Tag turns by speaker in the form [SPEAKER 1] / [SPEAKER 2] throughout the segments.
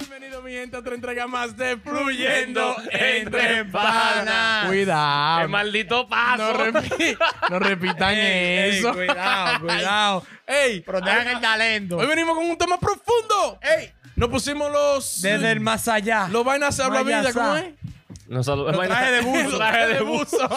[SPEAKER 1] 500 otra entrega más de Fluyendo Entre
[SPEAKER 2] Panas.
[SPEAKER 1] Panas. Cuidado.
[SPEAKER 2] ¡Qué maldito paso!
[SPEAKER 1] No, repi- no repitan
[SPEAKER 2] Ey, ey,
[SPEAKER 1] eso.
[SPEAKER 2] cuidado,
[SPEAKER 1] cuidado. Ey,
[SPEAKER 3] Protejan el talento.
[SPEAKER 1] hoy venimos con un tema profundo.
[SPEAKER 3] ¡Ey!
[SPEAKER 1] Nos pusimos los.
[SPEAKER 3] Desde el más allá.
[SPEAKER 1] Los vainas habla
[SPEAKER 3] Vaya
[SPEAKER 1] vida, ¿cómo
[SPEAKER 3] sa.
[SPEAKER 1] es?
[SPEAKER 2] No solo-
[SPEAKER 3] Lo traje de buzo.
[SPEAKER 2] Lo traje de buzo.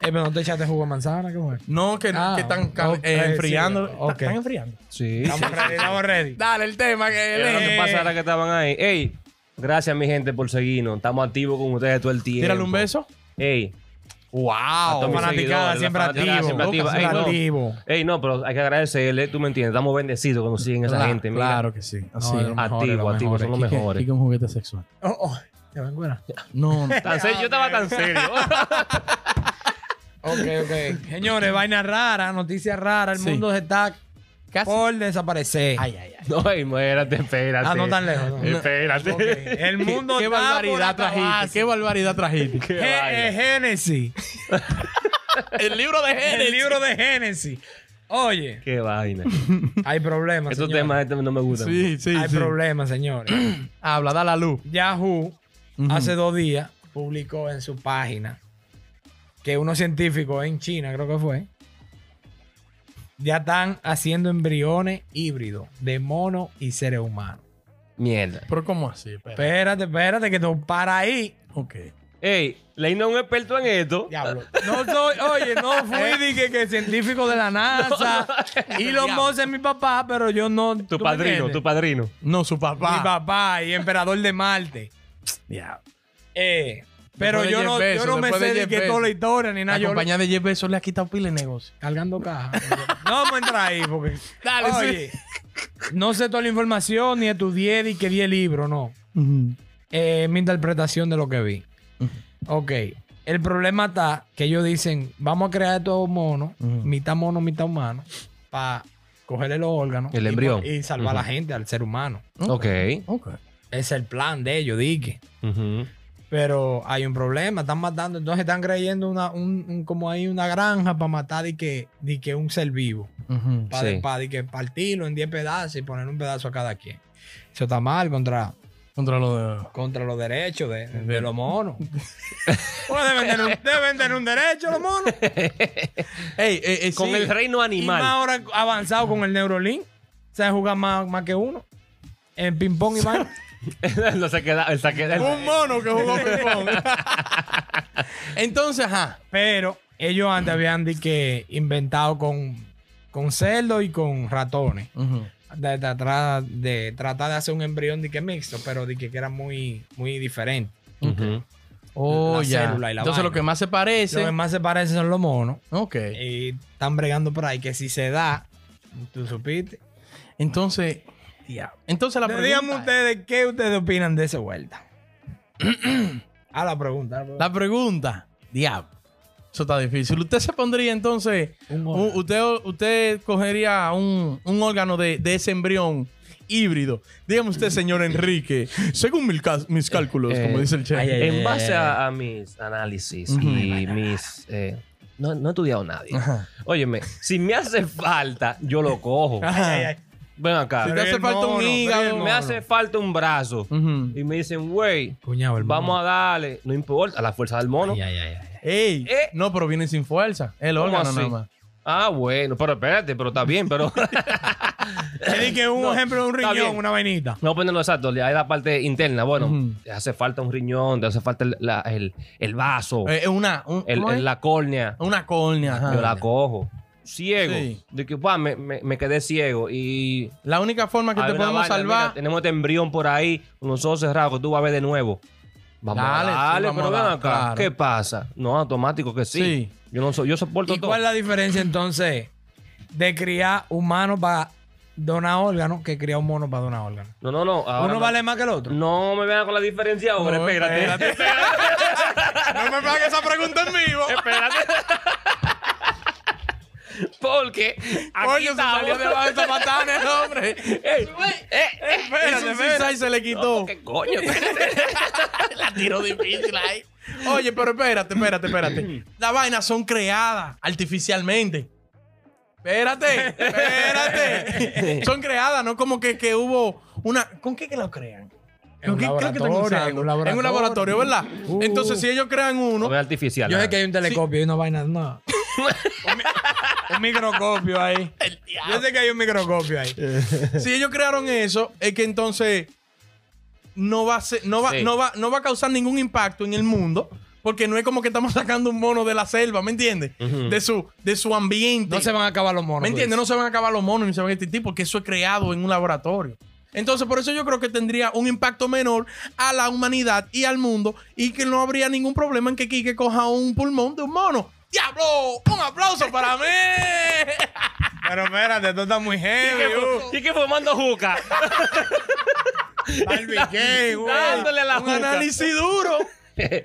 [SPEAKER 3] Eh, pero no te echaste jugo de manzana, ¿qué fue?
[SPEAKER 1] No, que,
[SPEAKER 3] Ah,
[SPEAKER 1] que están ca-
[SPEAKER 3] ok,
[SPEAKER 1] eh, enfriando.
[SPEAKER 3] sí, ok.
[SPEAKER 1] ¿Están enfriando?
[SPEAKER 3] Sí. Estamos ready, estamos ready.
[SPEAKER 1] Dale, el tema que
[SPEAKER 2] Pero no
[SPEAKER 1] eh,
[SPEAKER 2] te pasara que estaban ahí. Ey, gracias mi gente por seguirnos. Estamos activos con ustedes todo el tiempo.
[SPEAKER 1] Tírale un beso.
[SPEAKER 2] Ey,
[SPEAKER 1] Wow.
[SPEAKER 2] todos mis
[SPEAKER 3] fanaticada
[SPEAKER 2] seguidores,
[SPEAKER 3] siempre
[SPEAKER 2] la fanaticada
[SPEAKER 3] activo.
[SPEAKER 2] siempre activa.
[SPEAKER 3] Siempre
[SPEAKER 2] Ey, no.
[SPEAKER 3] activo.
[SPEAKER 2] Ey, no, pero hay que agradecerle, tú me entiendes. Estamos bendecidos cuando siguen esa
[SPEAKER 1] Claro,
[SPEAKER 2] gente. mira.
[SPEAKER 1] Claro que sí. Así
[SPEAKER 3] No,
[SPEAKER 1] es.
[SPEAKER 3] de los
[SPEAKER 2] Activo,
[SPEAKER 3] mejores, los
[SPEAKER 2] activo,
[SPEAKER 3] mejores.
[SPEAKER 2] son los
[SPEAKER 1] Quique-
[SPEAKER 2] mejores.
[SPEAKER 1] Quique un juguete sexual.
[SPEAKER 3] Oh, oh, te van buena.
[SPEAKER 1] No, no.
[SPEAKER 2] Tan serio, yo estaba tan serio.
[SPEAKER 3] Ok, ok. Señores, vaina rara, noticias raras. El
[SPEAKER 1] Sí.
[SPEAKER 3] mundo se está
[SPEAKER 1] Casi.
[SPEAKER 3] por desaparecer.
[SPEAKER 1] Ay, ay, ay.
[SPEAKER 2] no, ey, muérate, espérate.
[SPEAKER 3] Ah, no tan lejos, no.
[SPEAKER 2] Espérate.
[SPEAKER 3] Ok. El mundo
[SPEAKER 1] Qué
[SPEAKER 3] está
[SPEAKER 1] barbaridad
[SPEAKER 3] por
[SPEAKER 1] trajiste.
[SPEAKER 3] acabarse.
[SPEAKER 1] Qué barbaridad trajiste.
[SPEAKER 2] Qué
[SPEAKER 3] Gé- eh,
[SPEAKER 2] vaina.
[SPEAKER 3] Génesis.
[SPEAKER 1] el libro de
[SPEAKER 3] El libro de Génesis. Oye,
[SPEAKER 2] Qué vaina.
[SPEAKER 3] hay problemas.
[SPEAKER 2] Estos
[SPEAKER 3] señores.
[SPEAKER 2] temas este, no me gustan.
[SPEAKER 1] Sí, sí,
[SPEAKER 3] Hay
[SPEAKER 1] sí.
[SPEAKER 3] problemas, señores.
[SPEAKER 1] Habla, da la luz.
[SPEAKER 3] Yahoo
[SPEAKER 1] Ujú.
[SPEAKER 3] hace dos días publicó en su página que unos científicos en China, creo que fue, ya están haciendo embriones híbridos de mono y seres humanos.
[SPEAKER 2] Mierda.
[SPEAKER 1] Pero ¿cómo así? Espera.
[SPEAKER 3] Espérate, espérate, que tú para ahí.
[SPEAKER 1] Ok.
[SPEAKER 2] Ey, Leino es un experto en esto.
[SPEAKER 3] Diablo. No soy, oye, no fui dije que científico de la NASA. Elon Musk es mi papá, pero yo no.
[SPEAKER 2] Tu padrino, tu padrino.
[SPEAKER 1] No, su papá.
[SPEAKER 3] Mi papá y emperador de Marte.
[SPEAKER 1] Ya.
[SPEAKER 3] Eh, pero
[SPEAKER 1] Después de
[SPEAKER 3] yo no,
[SPEAKER 1] Jeff
[SPEAKER 3] yo no
[SPEAKER 1] Bezos,
[SPEAKER 3] me
[SPEAKER 1] después de
[SPEAKER 3] sé de
[SPEAKER 1] Jeff
[SPEAKER 3] que
[SPEAKER 1] Bezos.
[SPEAKER 3] toda la historia ni nada.
[SPEAKER 1] La
[SPEAKER 3] Yo
[SPEAKER 1] compañía de Jeff Bezos le ha quitado pila de negocio.
[SPEAKER 3] Cargando caja. No vamos a entrar ahí porque.
[SPEAKER 1] Dale, sí.
[SPEAKER 3] Oye, no sé toda la información, ni estudié, ni que vi el libro, no. Eh, mi interpretación de lo que vi.
[SPEAKER 1] Ujú.
[SPEAKER 3] Ok. El problema está que ellos dicen: vamos a crear estos monos,
[SPEAKER 1] Ujú.
[SPEAKER 3] mitad mono, mitad humano, para cogerle los órganos.
[SPEAKER 2] El
[SPEAKER 3] y
[SPEAKER 2] embrión.
[SPEAKER 3] po- Y, salvar a la gente, al ser humano.
[SPEAKER 2] Ok.
[SPEAKER 1] Ok.
[SPEAKER 3] Ese es el plan de ellos, dije.
[SPEAKER 2] Ujú.
[SPEAKER 3] Pero hay un problema, están matando, entonces están creyendo una, un, un- como hay una granja para matar y que, di que un ser vivo.
[SPEAKER 1] Ujú.
[SPEAKER 3] Para
[SPEAKER 2] Sí.
[SPEAKER 3] que partirlo en 10 pedazos y poner un pedazo a cada quien. Eso está mal contra,
[SPEAKER 1] Contra lo de.
[SPEAKER 3] contra los derechos de, de los monos. Pues deben, tener un, deben tener un derecho los monos.
[SPEAKER 1] Ey, eh, eh,
[SPEAKER 2] Con
[SPEAKER 1] sí.
[SPEAKER 2] el reino
[SPEAKER 3] Y más
[SPEAKER 2] animal.
[SPEAKER 3] ahora avanzado con el Neurolink. Se juega más, más que uno. En ping-pong y vaina.
[SPEAKER 2] no se queda, se queda-
[SPEAKER 1] Un mono que jugó ping-pong. Entonces, ajá.
[SPEAKER 3] Pero ellos antes habían di que inventado con, con cerdo y con ratones. De, de atrás- de tratar de hacer un embrión de que mixto, pero de que era muy, muy diferente.
[SPEAKER 2] Ujú.
[SPEAKER 1] Oh,
[SPEAKER 3] La
[SPEAKER 1] ya.
[SPEAKER 3] célula y la
[SPEAKER 1] Entonces,
[SPEAKER 3] vaina.
[SPEAKER 1] lo que más se
[SPEAKER 3] Lo
[SPEAKER 1] parece.
[SPEAKER 3] que más se parece son los monos.
[SPEAKER 1] Ok.
[SPEAKER 3] Y están bregando por ahí que si se da, tú supiste.
[SPEAKER 1] Entonces, entonces la
[SPEAKER 3] Le-
[SPEAKER 1] pregunta.
[SPEAKER 3] Díganme
[SPEAKER 1] es-
[SPEAKER 3] ustedes qué ustedes opinan de esa vuelta. a la pregunta. a la pregunta.
[SPEAKER 1] La pregunta, diablo. Eso está difícil. ¿Usted se pondría entonces,
[SPEAKER 3] Un
[SPEAKER 1] u-
[SPEAKER 3] órgano.
[SPEAKER 1] usted, usted cogería un, un órgano de, de ese embrión híbrido? Dígame usted, señor Enrique, según mis, cal- mis cálculos,
[SPEAKER 2] Eh,
[SPEAKER 1] como dice el chef.
[SPEAKER 3] ay, ay.
[SPEAKER 2] En base a, a mis análisis
[SPEAKER 1] Ujú.
[SPEAKER 2] y mis... eh, no, no he estudiado nadie.
[SPEAKER 1] Ajá.
[SPEAKER 2] Óyeme, si me hace falta, yo lo cojo.
[SPEAKER 1] Ajá.
[SPEAKER 3] Ay, ay, ay.
[SPEAKER 2] Ven acá.
[SPEAKER 1] Si
[SPEAKER 3] Pero
[SPEAKER 1] te hace
[SPEAKER 3] el
[SPEAKER 1] falta
[SPEAKER 3] mono,
[SPEAKER 1] un
[SPEAKER 3] pero el
[SPEAKER 1] hígado,
[SPEAKER 3] mono.
[SPEAKER 2] me hace falta un brazo.
[SPEAKER 1] Ujú.
[SPEAKER 2] Y me dicen, güey,
[SPEAKER 3] Cuñado, el
[SPEAKER 2] vamos a darle, no importa, a la fuerza del mono.
[SPEAKER 3] mono. Ay, ay, ay, ay.
[SPEAKER 1] Ey,
[SPEAKER 2] Eh.
[SPEAKER 1] no, pero viene sin fuerza. El
[SPEAKER 2] ¿Cómo
[SPEAKER 1] órgano
[SPEAKER 2] así?
[SPEAKER 1] nada más.
[SPEAKER 2] Ah, bueno, pero espérate, pero está bien, pero...
[SPEAKER 3] Le di que un ejemplo de un
[SPEAKER 2] está
[SPEAKER 3] riñón,
[SPEAKER 2] bien.
[SPEAKER 3] una vainita.
[SPEAKER 2] No ponerlo exacto, hay la parte interna. Bueno,
[SPEAKER 1] Ujú.
[SPEAKER 2] te hace falta un riñón, te hace falta el, la- el- el vaso,
[SPEAKER 1] Eh, eh, una, un-
[SPEAKER 2] el-
[SPEAKER 1] ¿cómo
[SPEAKER 2] el-
[SPEAKER 1] es?
[SPEAKER 2] la córnea.
[SPEAKER 1] una córnea. ajá.
[SPEAKER 2] Yo la cojo. Ciego.
[SPEAKER 1] Sí.
[SPEAKER 2] De que, pa, me, me- me quedé ciego. Y.
[SPEAKER 1] La única forma que
[SPEAKER 2] hay
[SPEAKER 1] te
[SPEAKER 2] una
[SPEAKER 1] podemos
[SPEAKER 2] vaina,
[SPEAKER 1] salvar.
[SPEAKER 2] mira, tenemos este embrión por ahí, con los ojos cerrados, que tú vas a ver de nuevo. Vamos
[SPEAKER 1] Dale,
[SPEAKER 2] dale,
[SPEAKER 1] sí, vamos
[SPEAKER 2] pero
[SPEAKER 1] a
[SPEAKER 2] ven
[SPEAKER 1] dar,
[SPEAKER 2] acá.
[SPEAKER 1] claro.
[SPEAKER 2] ¿Qué pasa? No, automático que sí.
[SPEAKER 1] Sí.
[SPEAKER 2] Yo no so- yo soporto
[SPEAKER 3] ¿Y
[SPEAKER 2] todo.
[SPEAKER 3] cuál es la diferencia entonces de criar humanos para donar órganos que criar un mono para donar órganos?
[SPEAKER 2] No, no, no. ahora
[SPEAKER 3] ¿Uno
[SPEAKER 2] no.
[SPEAKER 3] vale más que el otro?
[SPEAKER 2] No me vean con la diferencia ahora,
[SPEAKER 1] No,
[SPEAKER 2] espérate.
[SPEAKER 1] No me pague esa pregunta en vivo.
[SPEAKER 2] Eh, Espérate. Porque aquí
[SPEAKER 1] Coño, se
[SPEAKER 2] estamos. Eh,
[SPEAKER 1] salió debajo de zapatanes, hombre. Ey,
[SPEAKER 3] espérate,
[SPEAKER 1] espérate,
[SPEAKER 3] espérate.
[SPEAKER 1] se le quitó.
[SPEAKER 2] ¿Qué coño?
[SPEAKER 1] La tiro difícil ahí. Oye, pero espérate, espérate, espérate. Las vainas son creadas artificialmente. Espérate, espérate. Son creadas, no como que, que hubo una. ¿Con qué que lo crean?
[SPEAKER 3] En un
[SPEAKER 1] ¿Qué- qué es lo que están
[SPEAKER 3] laboratorio, en
[SPEAKER 1] usando?
[SPEAKER 3] un
[SPEAKER 1] En un laboratorio, ¿verdad?
[SPEAKER 3] Uh.
[SPEAKER 1] Entonces, si ellos crean uno,
[SPEAKER 2] No es artificial.
[SPEAKER 3] Yo sé
[SPEAKER 2] ah.
[SPEAKER 3] que hay un telescopio y una vaina. No. Un mi- un microscopio ahí.
[SPEAKER 1] el diablo.
[SPEAKER 3] Yo sé que hay un microscopio ahí.
[SPEAKER 1] si ellos crearon eso, es que entonces no va a ser- no va,
[SPEAKER 2] Sí.
[SPEAKER 1] no va, no va a causar ningún impacto en el mundo. Porque no es como que estamos sacando un mono de la selva, ¿me entiendes?
[SPEAKER 2] Ujú.
[SPEAKER 1] De su, de su ambiente.
[SPEAKER 3] No se van a acabar los monos.
[SPEAKER 1] ¿Me entiendes?
[SPEAKER 3] tú
[SPEAKER 1] No se van a acabar los monos ni se van a extinguir porque eso es creado en un laboratorio. Entonces, por eso yo creo que tendría un impacto menor a la humanidad y al mundo y que no habría ningún problema en que Quique coja un pulmón de un mono. ¡Diablo! ¡Un aplauso para mí!
[SPEAKER 3] dices. Pero espérate, esto está muy heavy. uh.
[SPEAKER 2] Y que fumando juca.
[SPEAKER 3] Barbie King, güey.
[SPEAKER 2] Dándole la
[SPEAKER 1] un
[SPEAKER 2] juca.
[SPEAKER 1] análisis duro.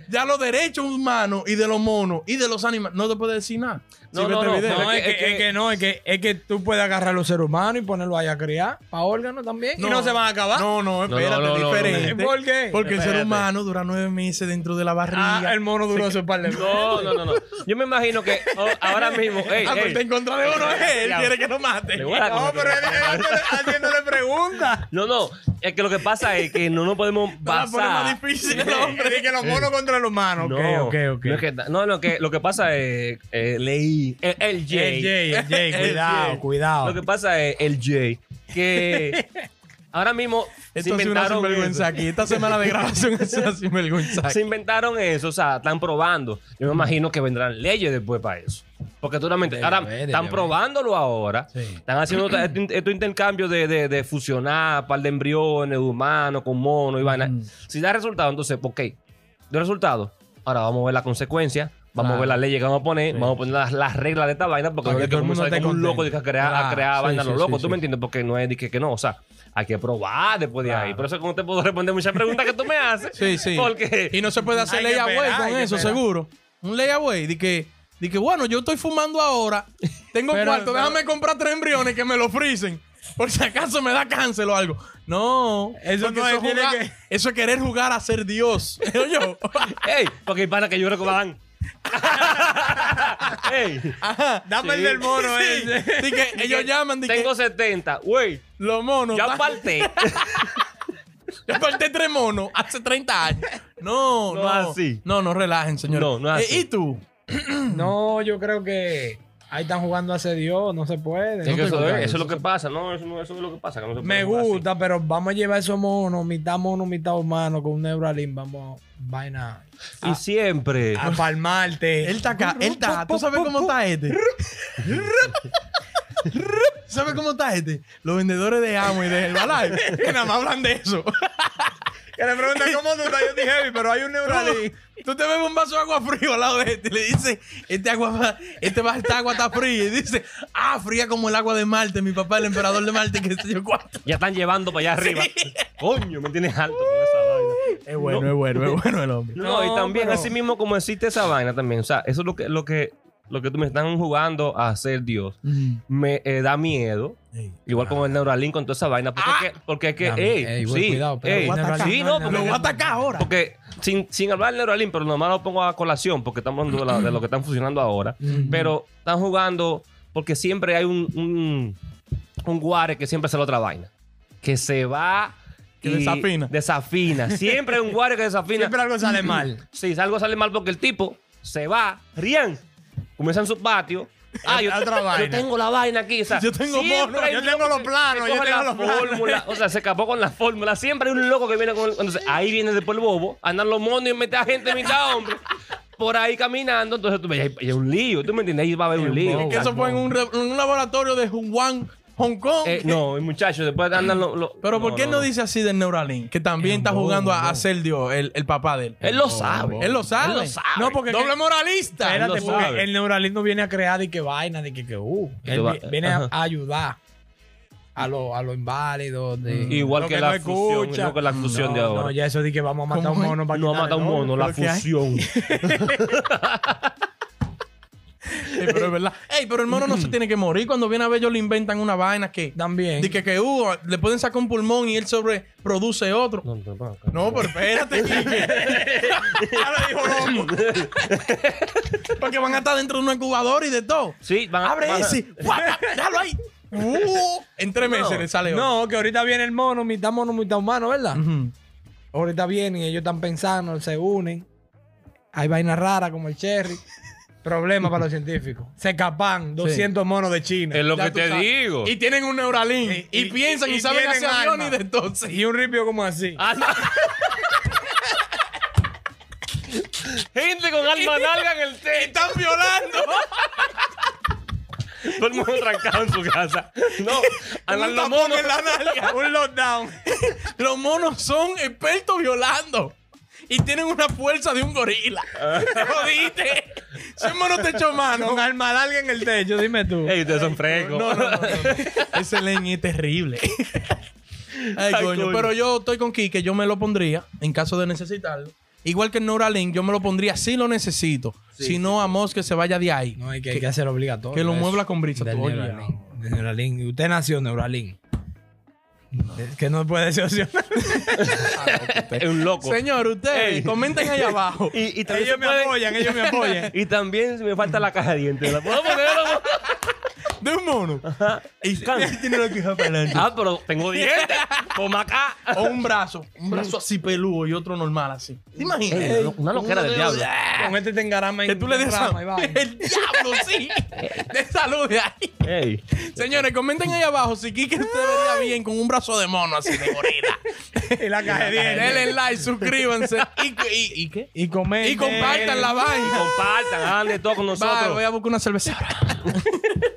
[SPEAKER 1] Ya los derechos humanos y de los monos y de los animales. No te puede decir nada.
[SPEAKER 2] No,
[SPEAKER 1] Si ves
[SPEAKER 2] no,
[SPEAKER 1] este
[SPEAKER 2] no,
[SPEAKER 1] video.
[SPEAKER 3] No, es
[SPEAKER 2] Es
[SPEAKER 3] que,
[SPEAKER 2] que-
[SPEAKER 3] es que no, es que, es que tú puedes agarrar a los seres humanos y ponerlos ahí a criar, para órganos también, y no se van a acabar.
[SPEAKER 1] No, no,
[SPEAKER 2] no,
[SPEAKER 1] espérate,
[SPEAKER 2] no, no, no.
[SPEAKER 1] diferente.
[SPEAKER 3] ¿Por qué?
[SPEAKER 1] Porque el ser
[SPEAKER 2] Espérate.
[SPEAKER 1] humano dura nueve meses dentro de la barriga.
[SPEAKER 3] Ah, el mono duró su par de
[SPEAKER 2] No, no, no, no. Yo me imagino que oh, ahora mismo. Ey,
[SPEAKER 1] Ah, pero
[SPEAKER 2] ey.
[SPEAKER 1] está en contra de uno, ¿eh? él
[SPEAKER 2] Ya.
[SPEAKER 1] quiere que lo mate.
[SPEAKER 2] Le voy a
[SPEAKER 3] No, pero él- él haciéndole preguntas.
[SPEAKER 2] No, no. Es que lo que pasa es que no nos podemos
[SPEAKER 1] Para poner más
[SPEAKER 2] basar.
[SPEAKER 1] difícil el hombre.
[SPEAKER 3] Hombre, que los monos contra el humano.
[SPEAKER 2] No,
[SPEAKER 3] Ok, ok, ok.
[SPEAKER 2] No, es que, no, no, que lo que pasa es. eh, leí. El, el J.
[SPEAKER 3] El Jay, el
[SPEAKER 1] El
[SPEAKER 3] Jay, cuidado,
[SPEAKER 1] Jay.
[SPEAKER 2] Lo
[SPEAKER 3] cuidado.
[SPEAKER 2] que pasa es el J. Que ahora mismo.
[SPEAKER 1] Esto
[SPEAKER 2] se
[SPEAKER 1] es una
[SPEAKER 2] inventaron
[SPEAKER 1] sinvergüenza
[SPEAKER 2] eso.
[SPEAKER 1] aquí. Esta semana de grabación es una sinvergüenza.
[SPEAKER 2] Se inventaron eso, o sea, están probando. Yo me imagino que vendrán leyes después para eso. Porque tú realmente,
[SPEAKER 3] Debe
[SPEAKER 2] ahora
[SPEAKER 3] haber, debe
[SPEAKER 2] están
[SPEAKER 3] haber.
[SPEAKER 2] probándolo ahora.
[SPEAKER 1] Sí.
[SPEAKER 2] Están haciendo esta- este, este intercambio de, de- de fusionar par de embriones humanos con monos y vaina. Si da resultado, entonces, ok, dio resultado. Ahora vamos a ver la consecuencia. Vamos
[SPEAKER 1] Claro.
[SPEAKER 2] a ver las leyes que vamos a poner, vamos a poner las, las reglas de esta vaina, porque
[SPEAKER 3] Para
[SPEAKER 2] no
[SPEAKER 3] que
[SPEAKER 2] es que
[SPEAKER 3] todo el mundo
[SPEAKER 2] comenzar
[SPEAKER 3] esté
[SPEAKER 2] con un loco de
[SPEAKER 3] contento.
[SPEAKER 2] que crea,
[SPEAKER 3] Claro,
[SPEAKER 2] a crear
[SPEAKER 3] sí,
[SPEAKER 2] vaina
[SPEAKER 3] sí,
[SPEAKER 2] los locos,
[SPEAKER 3] sí,
[SPEAKER 2] tú
[SPEAKER 3] sí.
[SPEAKER 2] me entiendes, porque no es de que, que no, o sea, hay que probar después de ahí. Por eso es que no te puedo responder muchas preguntas que tú me haces.
[SPEAKER 1] Sí, sí.
[SPEAKER 2] Porque
[SPEAKER 1] Y no se puede hacer
[SPEAKER 3] Hay que
[SPEAKER 1] layaway
[SPEAKER 3] esperar,
[SPEAKER 1] con
[SPEAKER 3] hay que
[SPEAKER 1] eso,
[SPEAKER 3] esperar.
[SPEAKER 1] seguro. Un layaway de que, de que, bueno, yo estoy fumando ahora, tengo
[SPEAKER 3] Pero-
[SPEAKER 1] cuarto,
[SPEAKER 3] pero-
[SPEAKER 1] déjame comprar tres embriones que me lo frisen. Por si acaso me da cáncer o algo. No.
[SPEAKER 3] Eso
[SPEAKER 1] porque
[SPEAKER 3] no es, tiene
[SPEAKER 1] jugar-
[SPEAKER 3] que-
[SPEAKER 1] eso es querer jugar a ser Dios. yo?
[SPEAKER 2] Ey, porque hay pana que yo creo que van. Ey,
[SPEAKER 1] Ajá.
[SPEAKER 3] Dame el
[SPEAKER 2] Sí.
[SPEAKER 3] del mono
[SPEAKER 1] Sí.
[SPEAKER 3] ese.
[SPEAKER 1] eh. Di que ellos llaman, de
[SPEAKER 2] tengo
[SPEAKER 1] que
[SPEAKER 2] 70. Güey,
[SPEAKER 1] los monos.
[SPEAKER 2] ya
[SPEAKER 1] están-
[SPEAKER 2] aparté.
[SPEAKER 1] Yo falté tres monos hace 30 años. No, no.
[SPEAKER 2] No así.
[SPEAKER 1] No, no relajen, señor.
[SPEAKER 2] No, no así.
[SPEAKER 1] ¿Y tú?
[SPEAKER 3] No, yo creo que ahí están jugando hace Dios, no se puede.
[SPEAKER 2] Es
[SPEAKER 3] no
[SPEAKER 2] que
[SPEAKER 3] te
[SPEAKER 2] eso,
[SPEAKER 3] contagies.
[SPEAKER 2] es, eso es lo que pasa, ¿no? Eso, no- eso es lo que pasa. que no se puede
[SPEAKER 3] Me
[SPEAKER 2] jugar así.
[SPEAKER 3] gusta, pero vamos a llevar esos monos, mitad mono, mitad humano, con un Neuralink, vamos, vaina,
[SPEAKER 2] Y siempre.
[SPEAKER 3] a palmarte.
[SPEAKER 1] Él está acá, él está. ¿Tú sabes cómo está este? ¿Sabes cómo está este? Los vendedores de Amo y de Herbalife que nada más hablan de eso.
[SPEAKER 3] Que le preguntan cómo tú estás, yo estoy heavy, pero hay un Neuralink.
[SPEAKER 1] Tú te bebes un vaso de agua frío al lado de este y le dices, este agua, va- este va- esta agua está fría. Y dice, ah, fría como el agua de Marte, mi papá, el emperador de Marte, que sé yo cuánto.
[SPEAKER 2] Ya están llevando para allá arriba. Coño, me tienes alto con esa vaina.
[SPEAKER 1] Es bueno, es bueno, es bueno el hombre.
[SPEAKER 2] No,
[SPEAKER 3] No,
[SPEAKER 2] y también
[SPEAKER 3] pero-
[SPEAKER 2] así mismo como existe esa vaina también. O sea, eso es lo que, lo que, lo que tú me están jugando a hacer Dios.
[SPEAKER 1] Mm.
[SPEAKER 2] Me eh, da miedo. Igual como el Neuralink con toda esa vaina. Porque es que, porque es que,
[SPEAKER 3] Dame,
[SPEAKER 2] ey,
[SPEAKER 3] ey, güey,
[SPEAKER 2] sí,
[SPEAKER 3] cuidado, pero
[SPEAKER 2] ey,
[SPEAKER 3] voy a atacar.
[SPEAKER 2] sí, no,
[SPEAKER 3] No, no,
[SPEAKER 1] Lo
[SPEAKER 2] porque,
[SPEAKER 1] voy a atacar ahora.
[SPEAKER 2] porque sin, sin hablar del Neuralink, pero nomás lo pongo a colación porque estamos hablando de, la- de lo que están funcionando ahora. Pero están jugando porque siempre hay un, un, un guare que siempre hace la otra vaina. Que se va...
[SPEAKER 1] Que
[SPEAKER 2] y
[SPEAKER 1] desafina.
[SPEAKER 2] Desafina. Siempre hay un guare que desafina.
[SPEAKER 3] Siempre algo sale mal.
[SPEAKER 2] Si algo sale mal porque el tipo se va, rían, comienzan su patio. Ah, yo,
[SPEAKER 3] Otra
[SPEAKER 2] yo
[SPEAKER 3] vaina.
[SPEAKER 2] tengo la vaina aquí. O sea,
[SPEAKER 1] Yo tengo
[SPEAKER 2] siempre
[SPEAKER 1] mono,
[SPEAKER 2] hay
[SPEAKER 3] yo
[SPEAKER 2] un
[SPEAKER 3] tengo
[SPEAKER 2] loco
[SPEAKER 3] los
[SPEAKER 2] que-
[SPEAKER 3] planos,
[SPEAKER 2] que
[SPEAKER 3] yo
[SPEAKER 2] coge
[SPEAKER 3] tengo
[SPEAKER 2] la
[SPEAKER 3] los planos.
[SPEAKER 2] fórmula. O sea, se escapó con la fórmula. Siempre hay un loco que viene con. Entonces, ahí viene después el bobo. Andan los monos y mete a gente, mitad hombre. Por ahí caminando. Entonces, tú ves, hay, hay un lío. ¿Tú me entiendes? Ahí va a haber un lío.
[SPEAKER 1] Es que eso fue en un, re- en un laboratorio de Hong Kong. Hong Kong.
[SPEAKER 2] Eh, no, muchachos, después andan los. los-
[SPEAKER 1] Pero ¿por qué él no, dice así del Neuralink? Que también está jugando a, a ser Dios, el, el papá de él.
[SPEAKER 2] Él lo sabe.
[SPEAKER 1] Él lo sabe.
[SPEAKER 2] Él lo sabe.
[SPEAKER 1] No, porque doble moralista.
[SPEAKER 3] Espérate,
[SPEAKER 2] lo
[SPEAKER 3] porque
[SPEAKER 2] sabe.
[SPEAKER 3] el Neuralink no viene a crear de que vaina, de que, que uh. Él
[SPEAKER 2] va-
[SPEAKER 3] vi- viene a,
[SPEAKER 2] ajá.
[SPEAKER 3] a ayudar a los a los inválidos. De,
[SPEAKER 2] Mm. Igual
[SPEAKER 3] lo
[SPEAKER 2] que, la
[SPEAKER 3] no
[SPEAKER 2] fusión.
[SPEAKER 3] escucha.
[SPEAKER 2] Igual que la fusión
[SPEAKER 3] No,
[SPEAKER 2] de ahora.
[SPEAKER 3] No, ya eso de que vamos a matar a un
[SPEAKER 1] ¿Cómo es?
[SPEAKER 3] mono para
[SPEAKER 2] No ha matado
[SPEAKER 3] quitarle
[SPEAKER 2] un
[SPEAKER 3] el
[SPEAKER 2] mono, la
[SPEAKER 1] ¿Pero qué hay?
[SPEAKER 2] fusión.
[SPEAKER 1] Ey, pero es verdad. Mm. Ey, pero el mono no se tiene que morir. Cuando viene a ver, ellos le inventan una vaina que.
[SPEAKER 3] También.
[SPEAKER 1] de que, que uh, le pueden sacar un pulmón y él sobreproduce otro.
[SPEAKER 2] No, no, no, no.
[SPEAKER 1] No, pero espérate, Quique. ya lo dijo loco. Porque van a estar dentro de un incubador y de todo.
[SPEAKER 2] Sí, van a-
[SPEAKER 1] Abre
[SPEAKER 2] van a-
[SPEAKER 1] ese. guapa, Déjalo ahí. Uh, en tres meses le sale otro.
[SPEAKER 3] No, que ahorita viene el mono, mitad mono, mitad humano, ¿verdad?
[SPEAKER 1] Ujú.
[SPEAKER 3] Ahorita vienen y ellos están pensando, se unen. Hay vainas raras como el cherry. Problema para los científicos. Se escapan 200 monos de China.
[SPEAKER 2] Es lo
[SPEAKER 1] Ya
[SPEAKER 2] que
[SPEAKER 1] tú
[SPEAKER 2] te
[SPEAKER 1] sabes.
[SPEAKER 2] digo.
[SPEAKER 1] Y tienen un Neuralink.
[SPEAKER 3] Sí,
[SPEAKER 1] Y,
[SPEAKER 3] y-
[SPEAKER 1] piensan y,
[SPEAKER 3] y
[SPEAKER 1] saben
[SPEAKER 3] tienen
[SPEAKER 1] hacer aviones
[SPEAKER 3] alma.
[SPEAKER 1] y de entonces.
[SPEAKER 3] Y un ripio como así.
[SPEAKER 2] Ah, no. Gente con alma larga en el techo.
[SPEAKER 1] Están violando.
[SPEAKER 2] Todo el mundo trancado en su casa. No, andan los monos.
[SPEAKER 1] en la nalga.
[SPEAKER 3] un lockdown.
[SPEAKER 1] Los monos son expertos violando. Y tienen una fuerza de un gorila. ¿Te jodiste? Son monos techo mano.
[SPEAKER 3] Con alma larga en el techo, dime tú.
[SPEAKER 2] Ey, ustedes son frescos.
[SPEAKER 1] No, no, no, no. Ese leño es terrible. Ay,
[SPEAKER 2] Ay,
[SPEAKER 1] coño.
[SPEAKER 2] coño.
[SPEAKER 1] Pero yo estoy con Kike, yo me lo pondría en caso de necesitarlo. Igual que el Neuralink, yo me lo pondría si lo necesito. si no, a Moss que se vaya de ahí.
[SPEAKER 3] No, hay que, hay que hacer obligatorio.
[SPEAKER 1] que lo
[SPEAKER 3] eso.
[SPEAKER 1] muebla con brisa,
[SPEAKER 3] Del
[SPEAKER 1] tú, oye,
[SPEAKER 3] Neuralink. Del Neuralink. Y Usted nació Neuralink. Es Eh, que no puede ser opcional.
[SPEAKER 2] Es un loco.
[SPEAKER 1] Señor, ustedes,
[SPEAKER 2] Ey.
[SPEAKER 1] comenten ahí abajo.
[SPEAKER 2] Y, y también
[SPEAKER 3] ellos
[SPEAKER 2] se
[SPEAKER 3] me
[SPEAKER 2] pueden-
[SPEAKER 3] apoyan, ellos me apoyan.
[SPEAKER 2] Y también me falta la caja de dientes. ¿La puedo poner? ¿La puedo-
[SPEAKER 1] De un mono.
[SPEAKER 2] Y can-
[SPEAKER 1] Tiene la queja para adelante.
[SPEAKER 2] Ah, pero tengo dientes. Toma acá.
[SPEAKER 1] O un brazo. Un brazo así peludo y otro normal así. ¿Te imaginas?
[SPEAKER 2] Ey, una- una loquera
[SPEAKER 1] Uno
[SPEAKER 2] del
[SPEAKER 1] de
[SPEAKER 2] diablo.
[SPEAKER 1] los- ¡Ah!
[SPEAKER 3] Con este te engarama en
[SPEAKER 1] Que tú le
[SPEAKER 3] en
[SPEAKER 1] des
[SPEAKER 3] rama y va.
[SPEAKER 1] El diablo, sí. De salud de ahí.
[SPEAKER 2] Ey.
[SPEAKER 1] Señores, comenten ahí abajo si Kike usted vería bien con un brazo de mono así de gorila.
[SPEAKER 3] Y la caja de dientes.
[SPEAKER 1] Denle like, suscríbanse. ¿Y, y, y qué?
[SPEAKER 3] Y comenten.
[SPEAKER 1] Y compartan la
[SPEAKER 2] Y
[SPEAKER 1] vaina.
[SPEAKER 2] compartan, hagan de todo con
[SPEAKER 1] Bye,
[SPEAKER 2] nosotros.
[SPEAKER 1] voy a buscar una cerveza. ahora.